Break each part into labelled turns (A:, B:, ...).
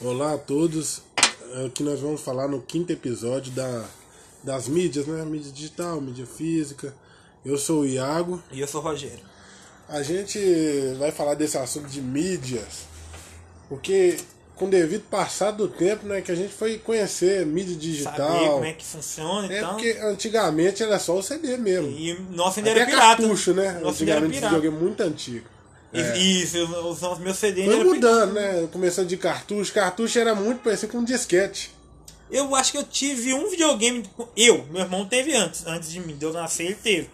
A: Olá a todos. É, Aqui nós vamos falar no quinto episódio da, das mídias, né? Mídia digital, mídia física. Eu sou o Iago.
B: E eu sou o Rogério.
A: A gente vai falar desse assunto de mídias, porque com o devido passar do tempo, né, que a gente foi conhecer mídia digital.
B: Saber como é que funciona
A: Então,
B: e
A: É
B: tal.
A: porque antigamente era só o CD mesmo.
B: E nosso ainda
A: Até
B: era pirata.
A: cartucho, né?
B: Nosso ainda era
A: antigamente
B: pirata.
A: videogame é muito antigo.
B: E, e Isso, os, os meus CDs
A: Foi
B: eram
A: mudando, né? Começando de cartucho. Cartucho era muito parecido com um disquete.
B: Eu acho que eu tive um videogame. com- Eu, meu irmão teve antes, antes de mim, de eu nascer, ele teve.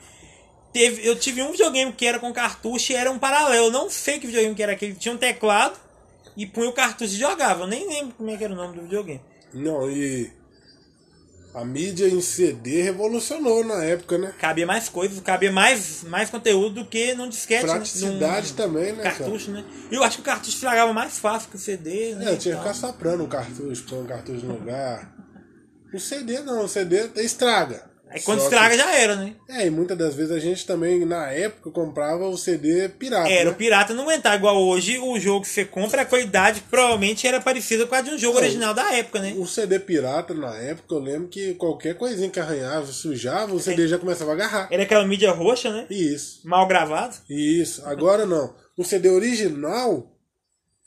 B: teve. Eu tive um videogame que era com cartucho e era um paralelo. Eu não sei que videogame que era aquele. Tinha um teclado e punha o cartucho e jogava. Eu nem lembro como é que era o nome do videogame.
A: Não, e a mídia em CD revolucionou na época, né?
B: Cabia mais coisas, cabia mais, mais conteúdo do que num disquete. né?
A: Praticidade
B: Num-
A: também, né,
B: Cartucho, né? Eu acho que o cartucho estragava mais fácil que o CD, né?
A: É, tinha
B: e
A: que
B: tal.
A: ficar soprando o cartucho, pôr um cartucho no lugar. O CD não, o CD estraga.
B: Aí É, quando
A: Só que-
B: estraga já era, né?
A: É, e muitas das vezes a gente também, na época, comprava o CD pirata.
B: Era, o
A: né?
B: pirata não aguentava. Igual hoje, o jogo que você compra, a qualidade provavelmente era parecida com a de um jogo
A: É,
B: original da época, né?
A: O CD pirata, na época, eu lembro que qualquer coisinha que arranhava, sujava, o
B: É.
A: CD já começava a agarrar.
B: Era aquela mídia roxa, né?
A: Isso.
B: Mal gravado.
A: Isso, agora não. O CD original,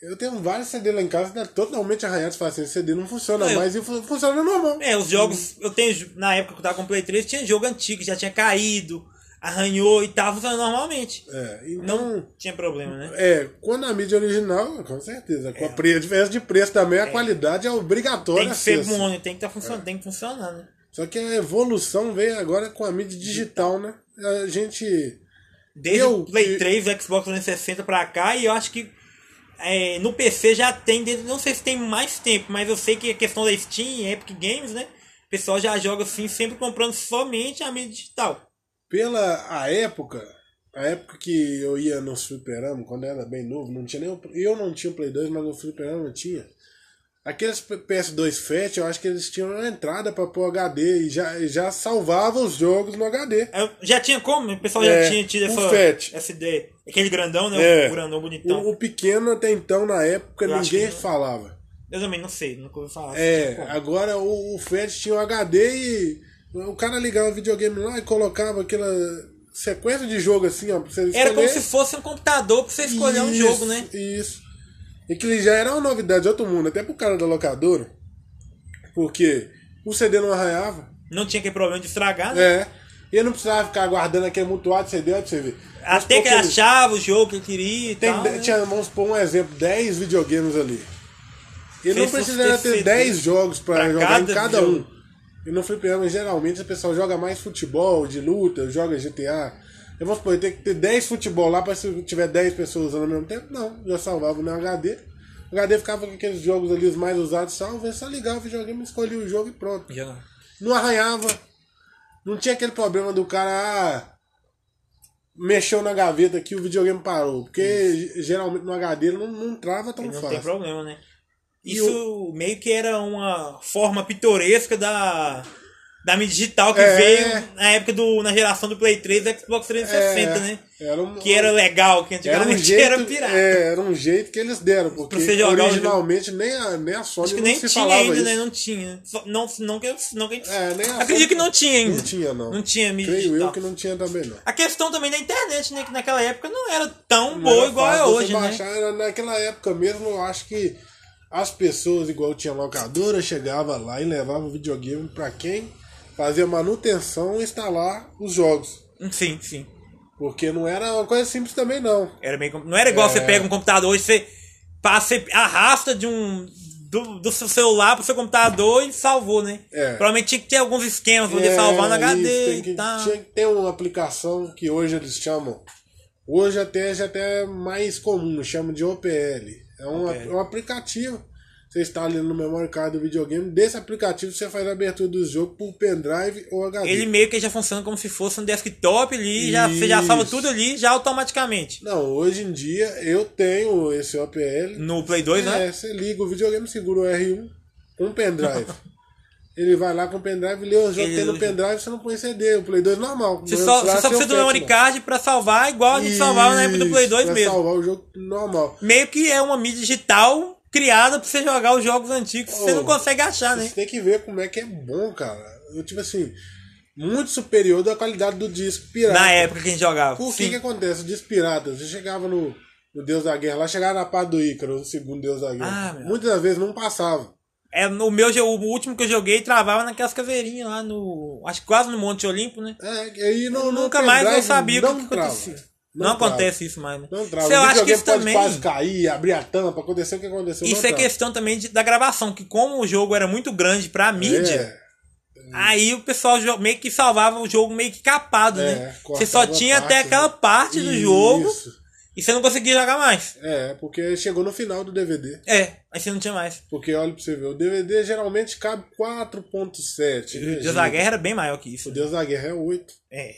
A: eu tenho vários CD lá em casa né, totalmente arranhados, fazendo assim, CD não funciona
B: Não, eu-
A: mais e fu- funciona normal.
B: É, os jogos, eu tenho, jo- na época que eu tava com o Play 3, tinha jogo antigo, que já tinha caído, arranhou e tava funcionando normalmente.
A: É,
B: Não
A: então,
B: tinha problema, né?
A: é, quando a mídia original, com certeza, com a pre- a diferença de preço também, a qualidade é obrigatória
B: Tem que
A: a
B: ser
A: ser assim.
B: bom, né? tem que tá funcionando, tem que funcionar, né?
A: Só que a evolução veio agora com a mídia digital, né? A gente.
B: Desde
A: Eu-
B: o Play
A: eu-
B: 3, o Xbox 360 pra cá, e eu acho que é, no PC já tem, desde- não sei se tem mais tempo, mas eu sei que a questão da Steam, Epic Games, né? O pessoal já joga assim, sempre comprando somente a mídia digital.
A: pela a época, a época que eu ia no fliperama, quando eu era bem novo, não tinha nem o- eu não tinha o Play 2, mas o fliperama tinha. Aqueles P- PS2 Fat, eu acho que eles tinham uma entrada para pôr HD e já, e já salvava os jogos no HD.
B: Eu- já tinha como? O pessoal
A: É,
B: já tinha tido
A: o
B: essa,
A: Fat.
B: essa ideia. Aquele grandão, né?
A: É.
B: O grandão bonitão.
A: O, o pequeno até então, na época,
B: Eu acho
A: ninguém
B: que-
A: falava.
B: Eu também não sei, nunca ouvi falar.
A: É,
B: Tipo,
A: agora o, o Fat tinha o HD e o cara ligava o videogame lá e colocava aquela sequência de jogo assim, ó, pra você
B: Era como
A: escolher.
B: se fosse um computador pra você escolher um
A: Isso,
B: jogo, né?
A: Isso. E que já era uma novidade de outro mundo, até pro cara da locadora. Porque o CD não arranhava.
B: Não tinha aquele problema de estragar, né?
A: É. E eu não precisava ficar guardando aquele mutuado de CD ó, pra você ver. Vamos
B: Até
A: supor
B: que ele
A: ele-
B: achava o jogo que ele queria e
A: tem,
B: tal. né?
A: Tinha, vamos supor, um exemplo, 10 videogames ali. Ele não
B: Fez uns
A: precisava ter
B: TCD
A: 10 jogos pra,
B: pra
A: jogar em
B: cada
A: cada
B: jogo.
A: um. E no fliperama, geralmente, o pessoal joga mais futebol, de luta, joga GTA. Eu vou supor, tem que ter 10 futebol lá pra se tiver 10 pessoas usando ao mesmo tempo. Não, já salvava no HD. O HD ficava com aqueles jogos ali, os mais usados, salvo. É só ligar o videogame, escolher o jogo e pronto.
B: Já-
A: Não arranhava. Não tinha aquele problema do cara. Ah, mexeu na gaveta aqui o videogame parou. Porque ge- geralmente no HD ele não, não trava tão
B: Ele não tem
A: fácil.
B: problema, né?
A: E
B: Isso meio que era uma forma pitoresca da, da mídia digital que
A: É.
B: veio na época do. na geração do Play 3 e Xbox 360, né?
A: Era um,
B: Que era legal, que
A: era um
B: antigamente
A: jeito,
B: era pirata.
A: é, era um jeito que eles deram. Porque
B: você jogar o
A: originalmente nem a, nem a Sony
B: Acho que
A: não
B: nem
A: se
B: tinha
A: falava
B: ainda,
A: isso.
B: né? Não tinha. Só- Não, não que eu. Não que...
A: É, nem a Sony-
B: Acredito que não tinha ainda.
A: Não tinha, não.
B: Não tinha mídia
A: Creio
B: digital.
A: eu que não tinha também, não.
B: A questão também da internet, né? Que naquela época não era tão
A: Não
B: boa
A: era
B: igual é
A: fácil você
B: hoje, né?
A: baixar, era naquela época mesmo, eu acho que as pessoas, igual tinha locadora, chegava lá e levava o videogame pra quem fazia manutenção e instalar os jogos.
B: Sim, sim.
A: Porque não era uma coisa simples também, não.
B: Era meio, compl- não era igual
A: É.
B: você pega um computador hoje, você passa, você arrasta de um do, do seu celular pro seu computador e salvou, né?
A: É.
B: Provavelmente tinha que ter alguns esquemas pra poder
A: É,
B: salvar no
A: isso,
B: HD
A: tem que-
B: e tal.
A: Tinha que ter uma aplicação que hoje eles chamam. Hoje até já até é mais comum, chamam de OPL. É um,
B: OPL.
A: é um aplicativo. Você instala ele no memory card do videogame. Desse aplicativo você faz a abertura do jogo por pendrive ou HD.
B: Ele meio que já funciona como se fosse um desktop ali, já, você já salva
A: Isso.
B: tudo ali, já automaticamente.
A: Não, hoje em dia eu tenho esse OPL.
B: No Play 2, né?
A: É, você liga o videogame, segura o R1 com pendrive. ele vai lá com o pendrive, lê o jogo
B: Ele-
A: que tem no pendrive, você não põe CD, o Play 2 normal.
B: Você
A: Não
B: só,
A: precisa
B: você só
A: ser
B: precisa do
A: fat,
B: memory
A: não.
B: card pra salvar, igual a gente salvava na época do Play
A: Isso, é
B: 2
A: pra
B: mesmo.
A: salvar o jogo normal.
B: Meio que é uma mídia digital criada pra você jogar os jogos antigos que você
A: Ô,
B: não consegue achar, né?
A: Você tem que ver como é que é bom, cara. Eu, tipo assim, muito superior da qualidade do disco pirata.
B: Na época que a gente jogava.
A: O que
B: Sim.
A: que acontece? O disco pirata, você chegava no, no Deus da Guerra, lá chegava na parte do Ícaro, no segundo Deus da Guerra.
B: Ah, meu.
A: Muitas das vezes não passava.
B: É, no meu, jo- o último que eu joguei travava naquelas caveirinhas lá no. Acho que quase no Monte Olimpo, né?
A: É, aí não, não
B: Nunca mais eu
A: pendrive
B: sabia o
A: não
B: que, que
A: trava.
B: acontecia.
A: Não
B: Não,
A: trava.
B: acontece isso mais, né?
A: Não trava.
B: Você
A: O
B: acha
A: videogame
B: que isso
A: pode
B: também.
A: quase cair, abrir a tampa, aconteceu o que aconteceu.
B: Isso
A: não
B: é
A: trava.
B: questão também de- da gravação, que como o jogo era muito grande pra mídia,
A: É.
B: aí o pessoal jo- meio que salvava o jogo meio que capado,
A: É,
B: né? Você
A: cortava
B: só tinha até
A: parte,
B: aquela
A: né?
B: parte do jogo
A: Isso.
B: e você não conseguia jogar mais.
A: É, porque chegou no final do DVD.
B: É, aí você não tinha mais.
A: Porque olha pra você ver, o DVD geralmente cabe 4.7. né,
B: O Deus da
A: gente?
B: Guerra era bem maior que isso.
A: O Deus da Guerra é 8.
B: É.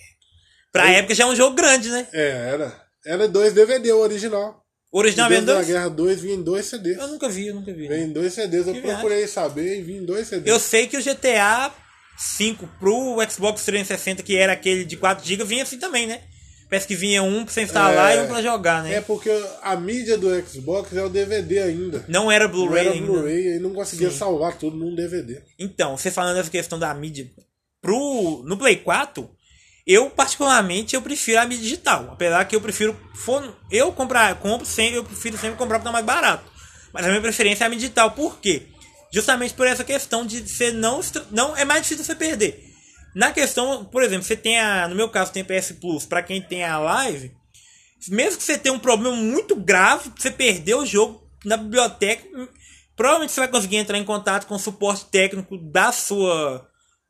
B: Pra época já é um jogo grande, né?
A: É, era. Era dois DVD, o original.
B: O
A: O
B: original
A: Deus da
B: Windows?
A: Guerra 2 vinha em dois CDs.
B: Eu nunca vi, eu nunca vi.
A: Vem em dois CDs. Eu
B: Que
A: procurei saber e vi em dois CDs.
B: Eu sei que o GTA V pro Xbox 360, que era aquele de 4GB, vinha assim também, né? Parece que vinha um pra você instalar
A: É.
B: e um pra jogar, né?
A: É porque a mídia do Xbox é o DVD ainda.
B: Não era
A: Não
B: Blu-ray
A: era
B: ainda. né?
A: Blu-ray e não conseguia
B: Sim.
A: salvar tudo num DVD.
B: Então, você falando dessa questão da mídia pro, no Play 4, eu particularmente eu prefiro a mídia digital. Apesar que eu prefiro. fone- Eu comprar, compro sempre, eu prefiro sempre comprar porque é mais barato. Mas a minha preferência é a mídia digital. Por quê? Justamente por essa questão de você não. estra- não é mais difícil você perder. Na questão, por exemplo, você tem a. No meu caso, tem PS Plus. Pra quem tem a live, mesmo que você tenha um problema muito grave, você perdeu o jogo na biblioteca, hum, provavelmente você vai conseguir entrar em contato com o suporte técnico da sua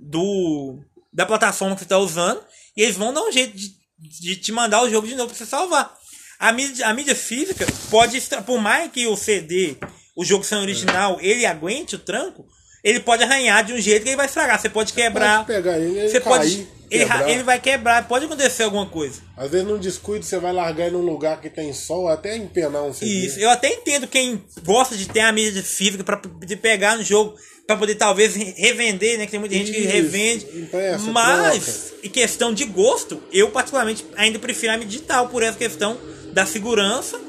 B: do da plataforma que você está usando e eles vão dar um jeito de, de te mandar o jogo de novo para você salvar. A mídia, a mídia física pode estra- por mais que o CD, o jogo sendo original, ele aguente o tranco, ele pode arranhar de um jeito que ele vai estragar. Você pode quebrar,
A: Pode pegar ele, ele
B: você
A: cair,
B: pode ele, ra-
A: quebrar.
B: ele vai quebrar, pode acontecer alguma coisa.
A: Às vezes num descuido você vai largar ele num lugar que tem sol até empenar um CD.
B: Isso, eu até entendo quem gosta de ter a mídia física pra de pegar no jogo, pra poder talvez re- revender, né? Que tem muita gente que
A: Isso,
B: revende.
A: impressa,
B: mas, em questão de gosto, eu particularmente ainda prefiro a mídia digital por essa questão da segurança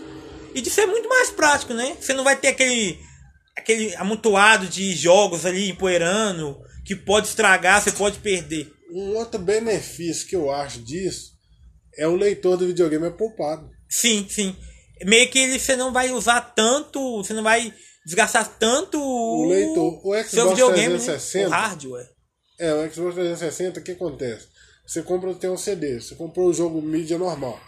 B: e de ser muito mais prático, né? Você não vai ter aquele, aquele amontoado de jogos ali empoeirando que pode estragar, você pode perder.
A: Um outro benefício que eu acho disso é o leitor do videogame é poupado.
B: Sim, sim. Meio que ele, você não vai usar tanto, você não vai desgastar tanto o,
A: leitor. O Xbox 360.
B: Né? O hardware.
A: É, o Xbox 360, o que acontece? Você compra, tem um CD, você comprou o jogo mídia normal.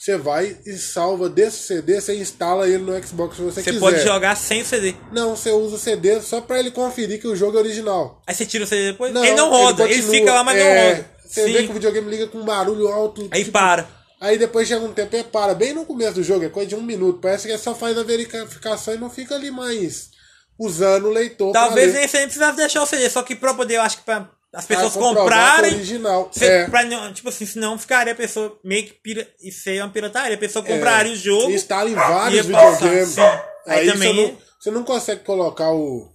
A: Você vai e salva desse CD, você instala ele no Xbox se você,
B: Você
A: quiser.
B: pode jogar sem o CD.
A: Não, você usa o CD só pra ele conferir que o jogo é original.
B: Aí você tira o CD depois. ele não roda, ele,
A: continua.
B: fica lá, mas
A: É,
B: não roda.
A: Você vê
B: Sim.
A: que o videogame liga com um barulho alto.
B: Aí
A: tipo,
B: para.
A: Aí depois chega um tempo e para. Bem no começo do jogo, é coisa de um minuto. Parece que só faz a verificação e não fica ali mais usando o leitor. pra
B: Talvez
A: ler. Ah,
B: nem você nem precisasse deixar o CD, só que pra poder, eu acho que pra as pessoas
A: Pra Ah, comprovar que é
B: comprarem.
A: original.
B: Você,
A: é.
B: pra não- tipo assim, senão ficaria a pessoa meio que pira, isso aí é uma pirataria. A pessoa
A: É.
B: compraria o jogo.
A: E instala em vários
B: ia passar,
A: videogames.
B: sim.
A: Aí,
B: Aí
A: também... você,
B: também-
A: não, você não consegue colocar o,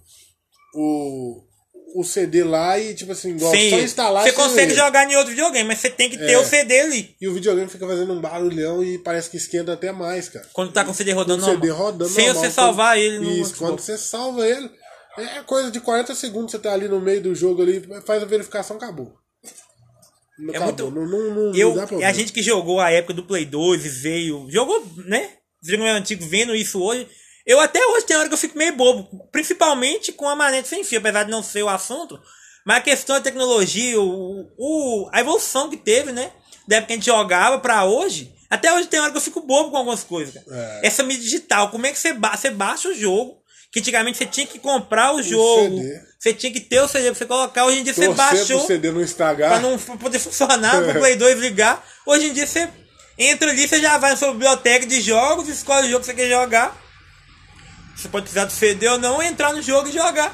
A: o, o CD lá e, tipo assim, igual,
B: sem-
A: só instalar
B: você
A: sem
B: consegue
A: ler.
B: jogar em outro videogame, mas você tem que ter
A: É.
B: o CD ali.
A: E o videogame fica fazendo um barulhão e parece que esquenta até mais, cara.
B: Quando tá com o CD rodando
A: O CD
B: normal.
A: rodando
B: Sem
A: normal,
B: você salvar
A: quando-
B: ele no
A: Isso, quando você salva ele, é coisa de 40 segundos você tá ali no meio do jogo ali, faz a verificação, acabou. Não
B: É
A: acabou,
B: muito-
A: não, não, não- não
B: Eu, é
A: dá problema.
B: a gente que jogou a época do Play 2 e veio. Jogou, né? Jogou antigo vendo isso hoje. Eu até hoje tem hora que eu fico meio bobo. Principalmente com a manete sem fio, apesar de não ser o assunto. Mas a questão da tecnologia, o, o- a evolução que teve, né? Da época que a gente jogava pra hoje. Até hoje tem hora que eu fico bobo com algumas coisas, cara.
A: É.
B: Essa mídia digital, como é que você, ba você baixa o jogo? Que antigamente você tinha que comprar o jogo.
A: CD.
B: Você tinha que ter o CD pra você colocar. Hoje em dia você
A: Torcer
B: baixou
A: pro CD não estragar.
B: pra não f- poder funcionar, pro Play 2 ligar. Hoje em dia você entra ali, você já vai na sua biblioteca de jogos, escolhe o jogo que você quer jogar. Você pode precisar do CD ou não, entrar no jogo e jogar.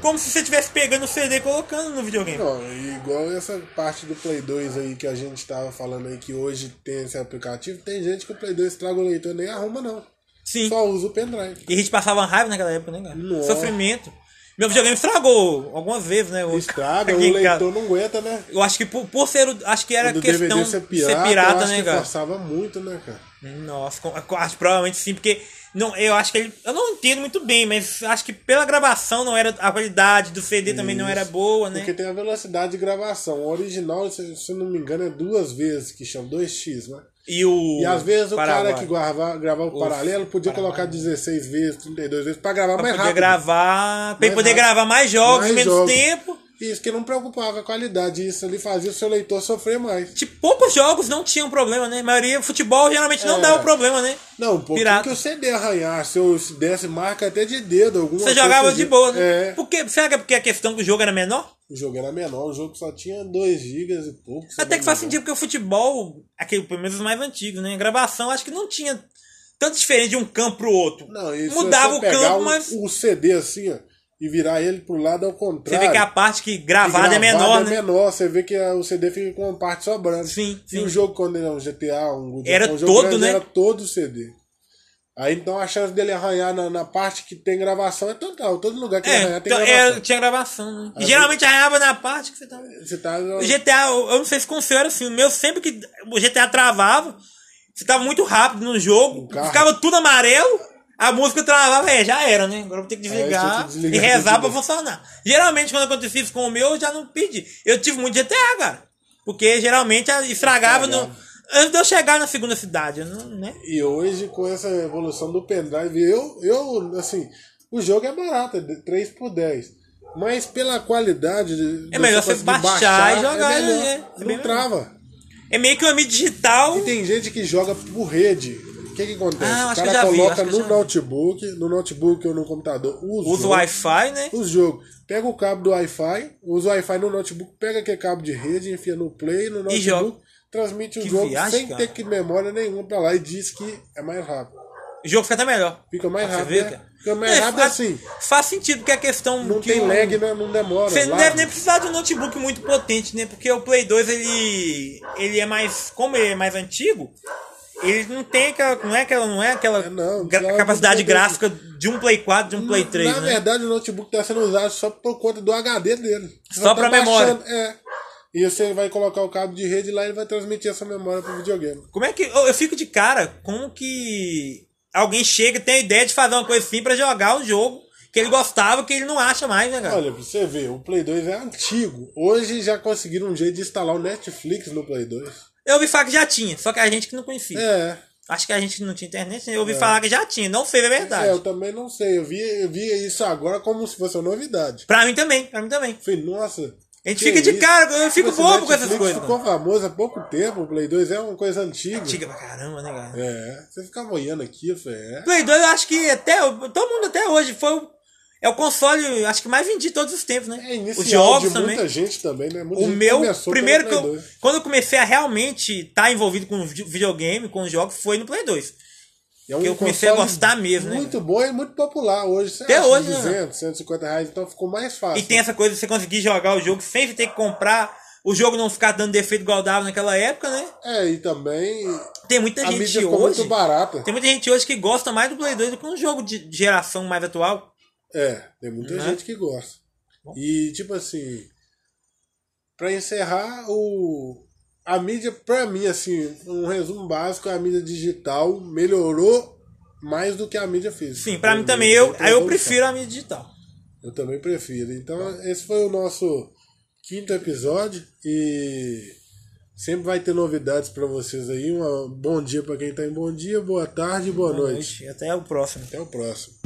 B: Como se você estivesse pegando o CD e colocando no videogame.
A: Não, e igual essa parte do Play 2 aí que a gente tava falando aí que hoje tem esse aplicativo, tem gente que o Play 2 estraga o leitor e nem arruma não.
B: Sim.
A: Só usa o pendrive.
B: E a gente passava raiva naquela época, né, cara?
A: Nossa.
B: Sofrimento. Meu videogame estragou algumas vezes, né? o-
A: Estraga, o
B: aqui em
A: leitor
B: casa.
A: não aguenta, né?
B: Eu acho que por, por ser. o- Acho que era
A: Do
B: questão
A: DVD
B: de
A: ser pirata, eu acho
B: né,
A: que
B: cara?
A: forçava muito, né, cara?
B: Nossa, com- com- acho que provavelmente sim, porque Não, eu acho que ele. Eu não entendo muito bem, mas acho que pela gravação não era. A qualidade do CD também não era boa, né?
A: Porque tem a velocidade de gravação. O original, se, se eu não me engano, é duas vezes que chama, 2x, né?
B: E o.
A: E às vezes o
B: Hum, Paraguai.
A: cara que gravava, gravava o paralelo podia colocar 16 vezes, 32 vezes pra gravar
B: Pra
A: mais
B: poder
A: rápido.
B: gravar. Pra ele
A: Mais
B: poder
A: rápido.
B: gravar mais jogos,
A: Mais
B: menos
A: jogos.
B: tempo.
A: Isso que não preocupava a qualidade, isso ali fazia o seu leitor sofrer mais.
B: Tipo, poucos jogos não tinham problema, né? A maioria, futebol geralmente não
A: É.
B: dava problema, né?
A: Não, um pouquinho
B: Pirata.
A: que o CD arranhasse, ou se desse marca até de dedo, alguma
B: Você
A: coisa
B: jogava de boa, né?
A: É,
B: Porque, será que é porque a questão do jogo era menor?
A: o jogo era menor, o jogo só tinha 2 gigas e pouco. se
B: Até
A: não
B: que
A: me engano.
B: faz sentido, porque o futebol, aquele, pelo menos os mais antigos, né? A gravação acho que não tinha tanto diferente de um campo pro outro.
A: Não, e se
B: Mudava
A: você
B: o
A: pegar
B: campo,
A: um-
B: mas
A: O CD assim, ó, e virar ele pro lado ao
B: você
A: contrário.
B: vê que a parte que gravada, é
A: gravado
B: menor, né?
A: menor, você vê que a- o CD fica com uma parte sobrando.
B: Sim,
A: e
B: sim.
A: o jogo, quando era um GTA, um Good
B: Era
A: um jogo
B: todo, né?
A: Era todo CD. Aí então a chance dele arranhar na, na parte que tem gravação é total. Todo lugar que ele
B: É,
A: arranhar tem
B: então,
A: gravação.
B: é, tinha gravação, né? E
A: Às
B: geralmente arranhava na parte que você tava.
A: Você tá.
B: O GTA, eu eu não sei se com o seu era assim, o meu sempre que o GTA travava, você tava muito rápido no jogo,
A: O carro.
B: ficava tudo amarelo, a música travava, é, já era, né? Agora eu vou ter
A: É,
B: que
A: eu tinha
B: desligar
A: que
B: e
A: desligar
B: rezar pra
A: tudo.
B: funcionar. Geralmente quando acontecia isso com o meu, eu já não pedi. Eu tive muito GTA, cara. Porque geralmente a- estragava no, antes de eu chegar na segunda cidade, eu não- né?
A: E hoje, com essa evolução do pendrive, eu, eu assim, o jogo é barato, é de 3 por 10. Mas pela qualidade. de-
B: É melhor você
A: conseguir
B: baixar e jogar,
A: é melhor.
B: né? É
A: Não
B: bem melhor.
A: trava.
B: É meio que uma mídia digital.
A: E tem gente que joga por rede. O que, que acontece?
B: Ah, eu
A: o
B: acho que
A: cara
B: eu já vi, eu acho
A: coloca
B: que eu já
A: no
B: vi.
A: notebook, no notebook ou no computador, usa,
B: Usa o Wi-Fi, né?
A: o jogo. Pega o cabo do Wi-Fi, usa o Wi-Fi no notebook, pega aquele cabo de rede, enfia no play, no notebook,
B: joga.
A: transmite o
B: Que
A: jogo
B: viagem,
A: sem
B: cara.
A: ter que memória nenhuma pra lá e diz que é mais rápido.
B: O jogo fica até melhor.
A: Fica mais
B: Pra você
A: rápido,
B: ver,
A: né?
B: cara.
A: Fica mais
B: É,
A: rápido
B: faz-
A: assim.
B: Faz sentido, porque a questão.
A: Não
B: que
A: tem
B: o-
A: lag, né? não demora.
B: Você não
A: larga.
B: deve nem precisar de um notebook muito potente, né? Porque o Play 2 ele ele é mais, como ele é mais antigo, ele não tem aquela, não é aquela, não é aquela
A: É, não,
B: gra-
A: precisava
B: capacidade
A: de um notebook.
B: gráfica de um Play 4, de um Play 3,
A: Na
B: né?
A: verdade, o notebook está sendo usado só por conta do HD dele.
B: Só
A: Só
B: pra
A: para
B: memória.
A: É. E você vai colocar o cabo de rede lá e ele vai transmitir essa memória pro videogame.
B: Como é que eu, eu fico de cara como que alguém chega e tem a ideia de fazer uma coisa assim pra jogar um jogo que ele gostava que ele não acha mais, né, cara?
A: Olha, pra você ver, o Play 2 é antigo. Hoje já conseguiram um jeito de instalar o Netflix no Play 2.
B: Eu ouvi falar que já tinha, só que a gente que não conhecia.
A: É.
B: Acho que a gente que não tinha internet, né? eu ouvi falar que já tinha, não sei, é verdade.
A: É, eu também não sei. Eu vi, eu vi isso agora como se fosse uma novidade.
B: Pra mim também, pra mim também.
A: Falei, nossa.
B: A gente
A: que é
B: fica de
A: isso?
B: cara, eu fico
A: Esse
B: bobo com essas
A: Netflix
B: coisas.
A: ficou famoso há pouco tempo. O Play 2 é uma coisa antiga.
B: Antiga pra caramba, né, cara?
A: É. Você fica boiando aqui, eu falei, é.
B: Play 2, eu acho que até. Todo mundo até hoje foi o. É o console, eu acho que mais vendi de todos os tempos, né?
A: É
B: os
A: inicial
B: jogos
A: de
B: também.
A: muita gente também, né? Muita
B: O
A: gente
B: meu,
A: começou né?
B: primeiro que
A: pelo Play
B: eu.
A: 2.
B: Quando eu comecei a realmente estar envolvido com vi- videogame, com jogos, foi no Play 2.
A: E é um
B: que eu comecei a
A: console
B: gostar mesmo, né,
A: Muito bom e muito popular hoje. Você
B: Até
A: acha
B: hoje, né?
A: 200, 150 reais, então ficou mais fácil.
B: E tem essa coisa de você conseguir jogar o jogo sem ter que comprar, o jogo não ficar dando defeito igual dava naquela época, né?
A: É, e também
B: Tem muita
A: a mídia
B: gente
A: ficou
B: hoje.
A: muito barata.
B: Tem muita gente hoje que gosta mais do Play 2 do que um jogo de geração mais atual.
A: É, tem muita
B: Né?
A: gente que gosta. E, tipo assim, pra encerrar, o a mídia, pra mim, assim, um resumo básico, a mídia digital melhorou mais do que a mídia física.
B: Sim, pra mim também.
A: Tem
B: Eu,
A: outra
B: aí eu
A: evolução.
B: prefiro a mídia digital.
A: Eu também prefiro. Então, esse foi o nosso quinto episódio e sempre vai ter novidades para vocês aí. Um bom dia para quem tá em bom dia, boa tarde, boa,
B: Boa
A: noite.
B: noite. Até o próximo.
A: Até o próximo.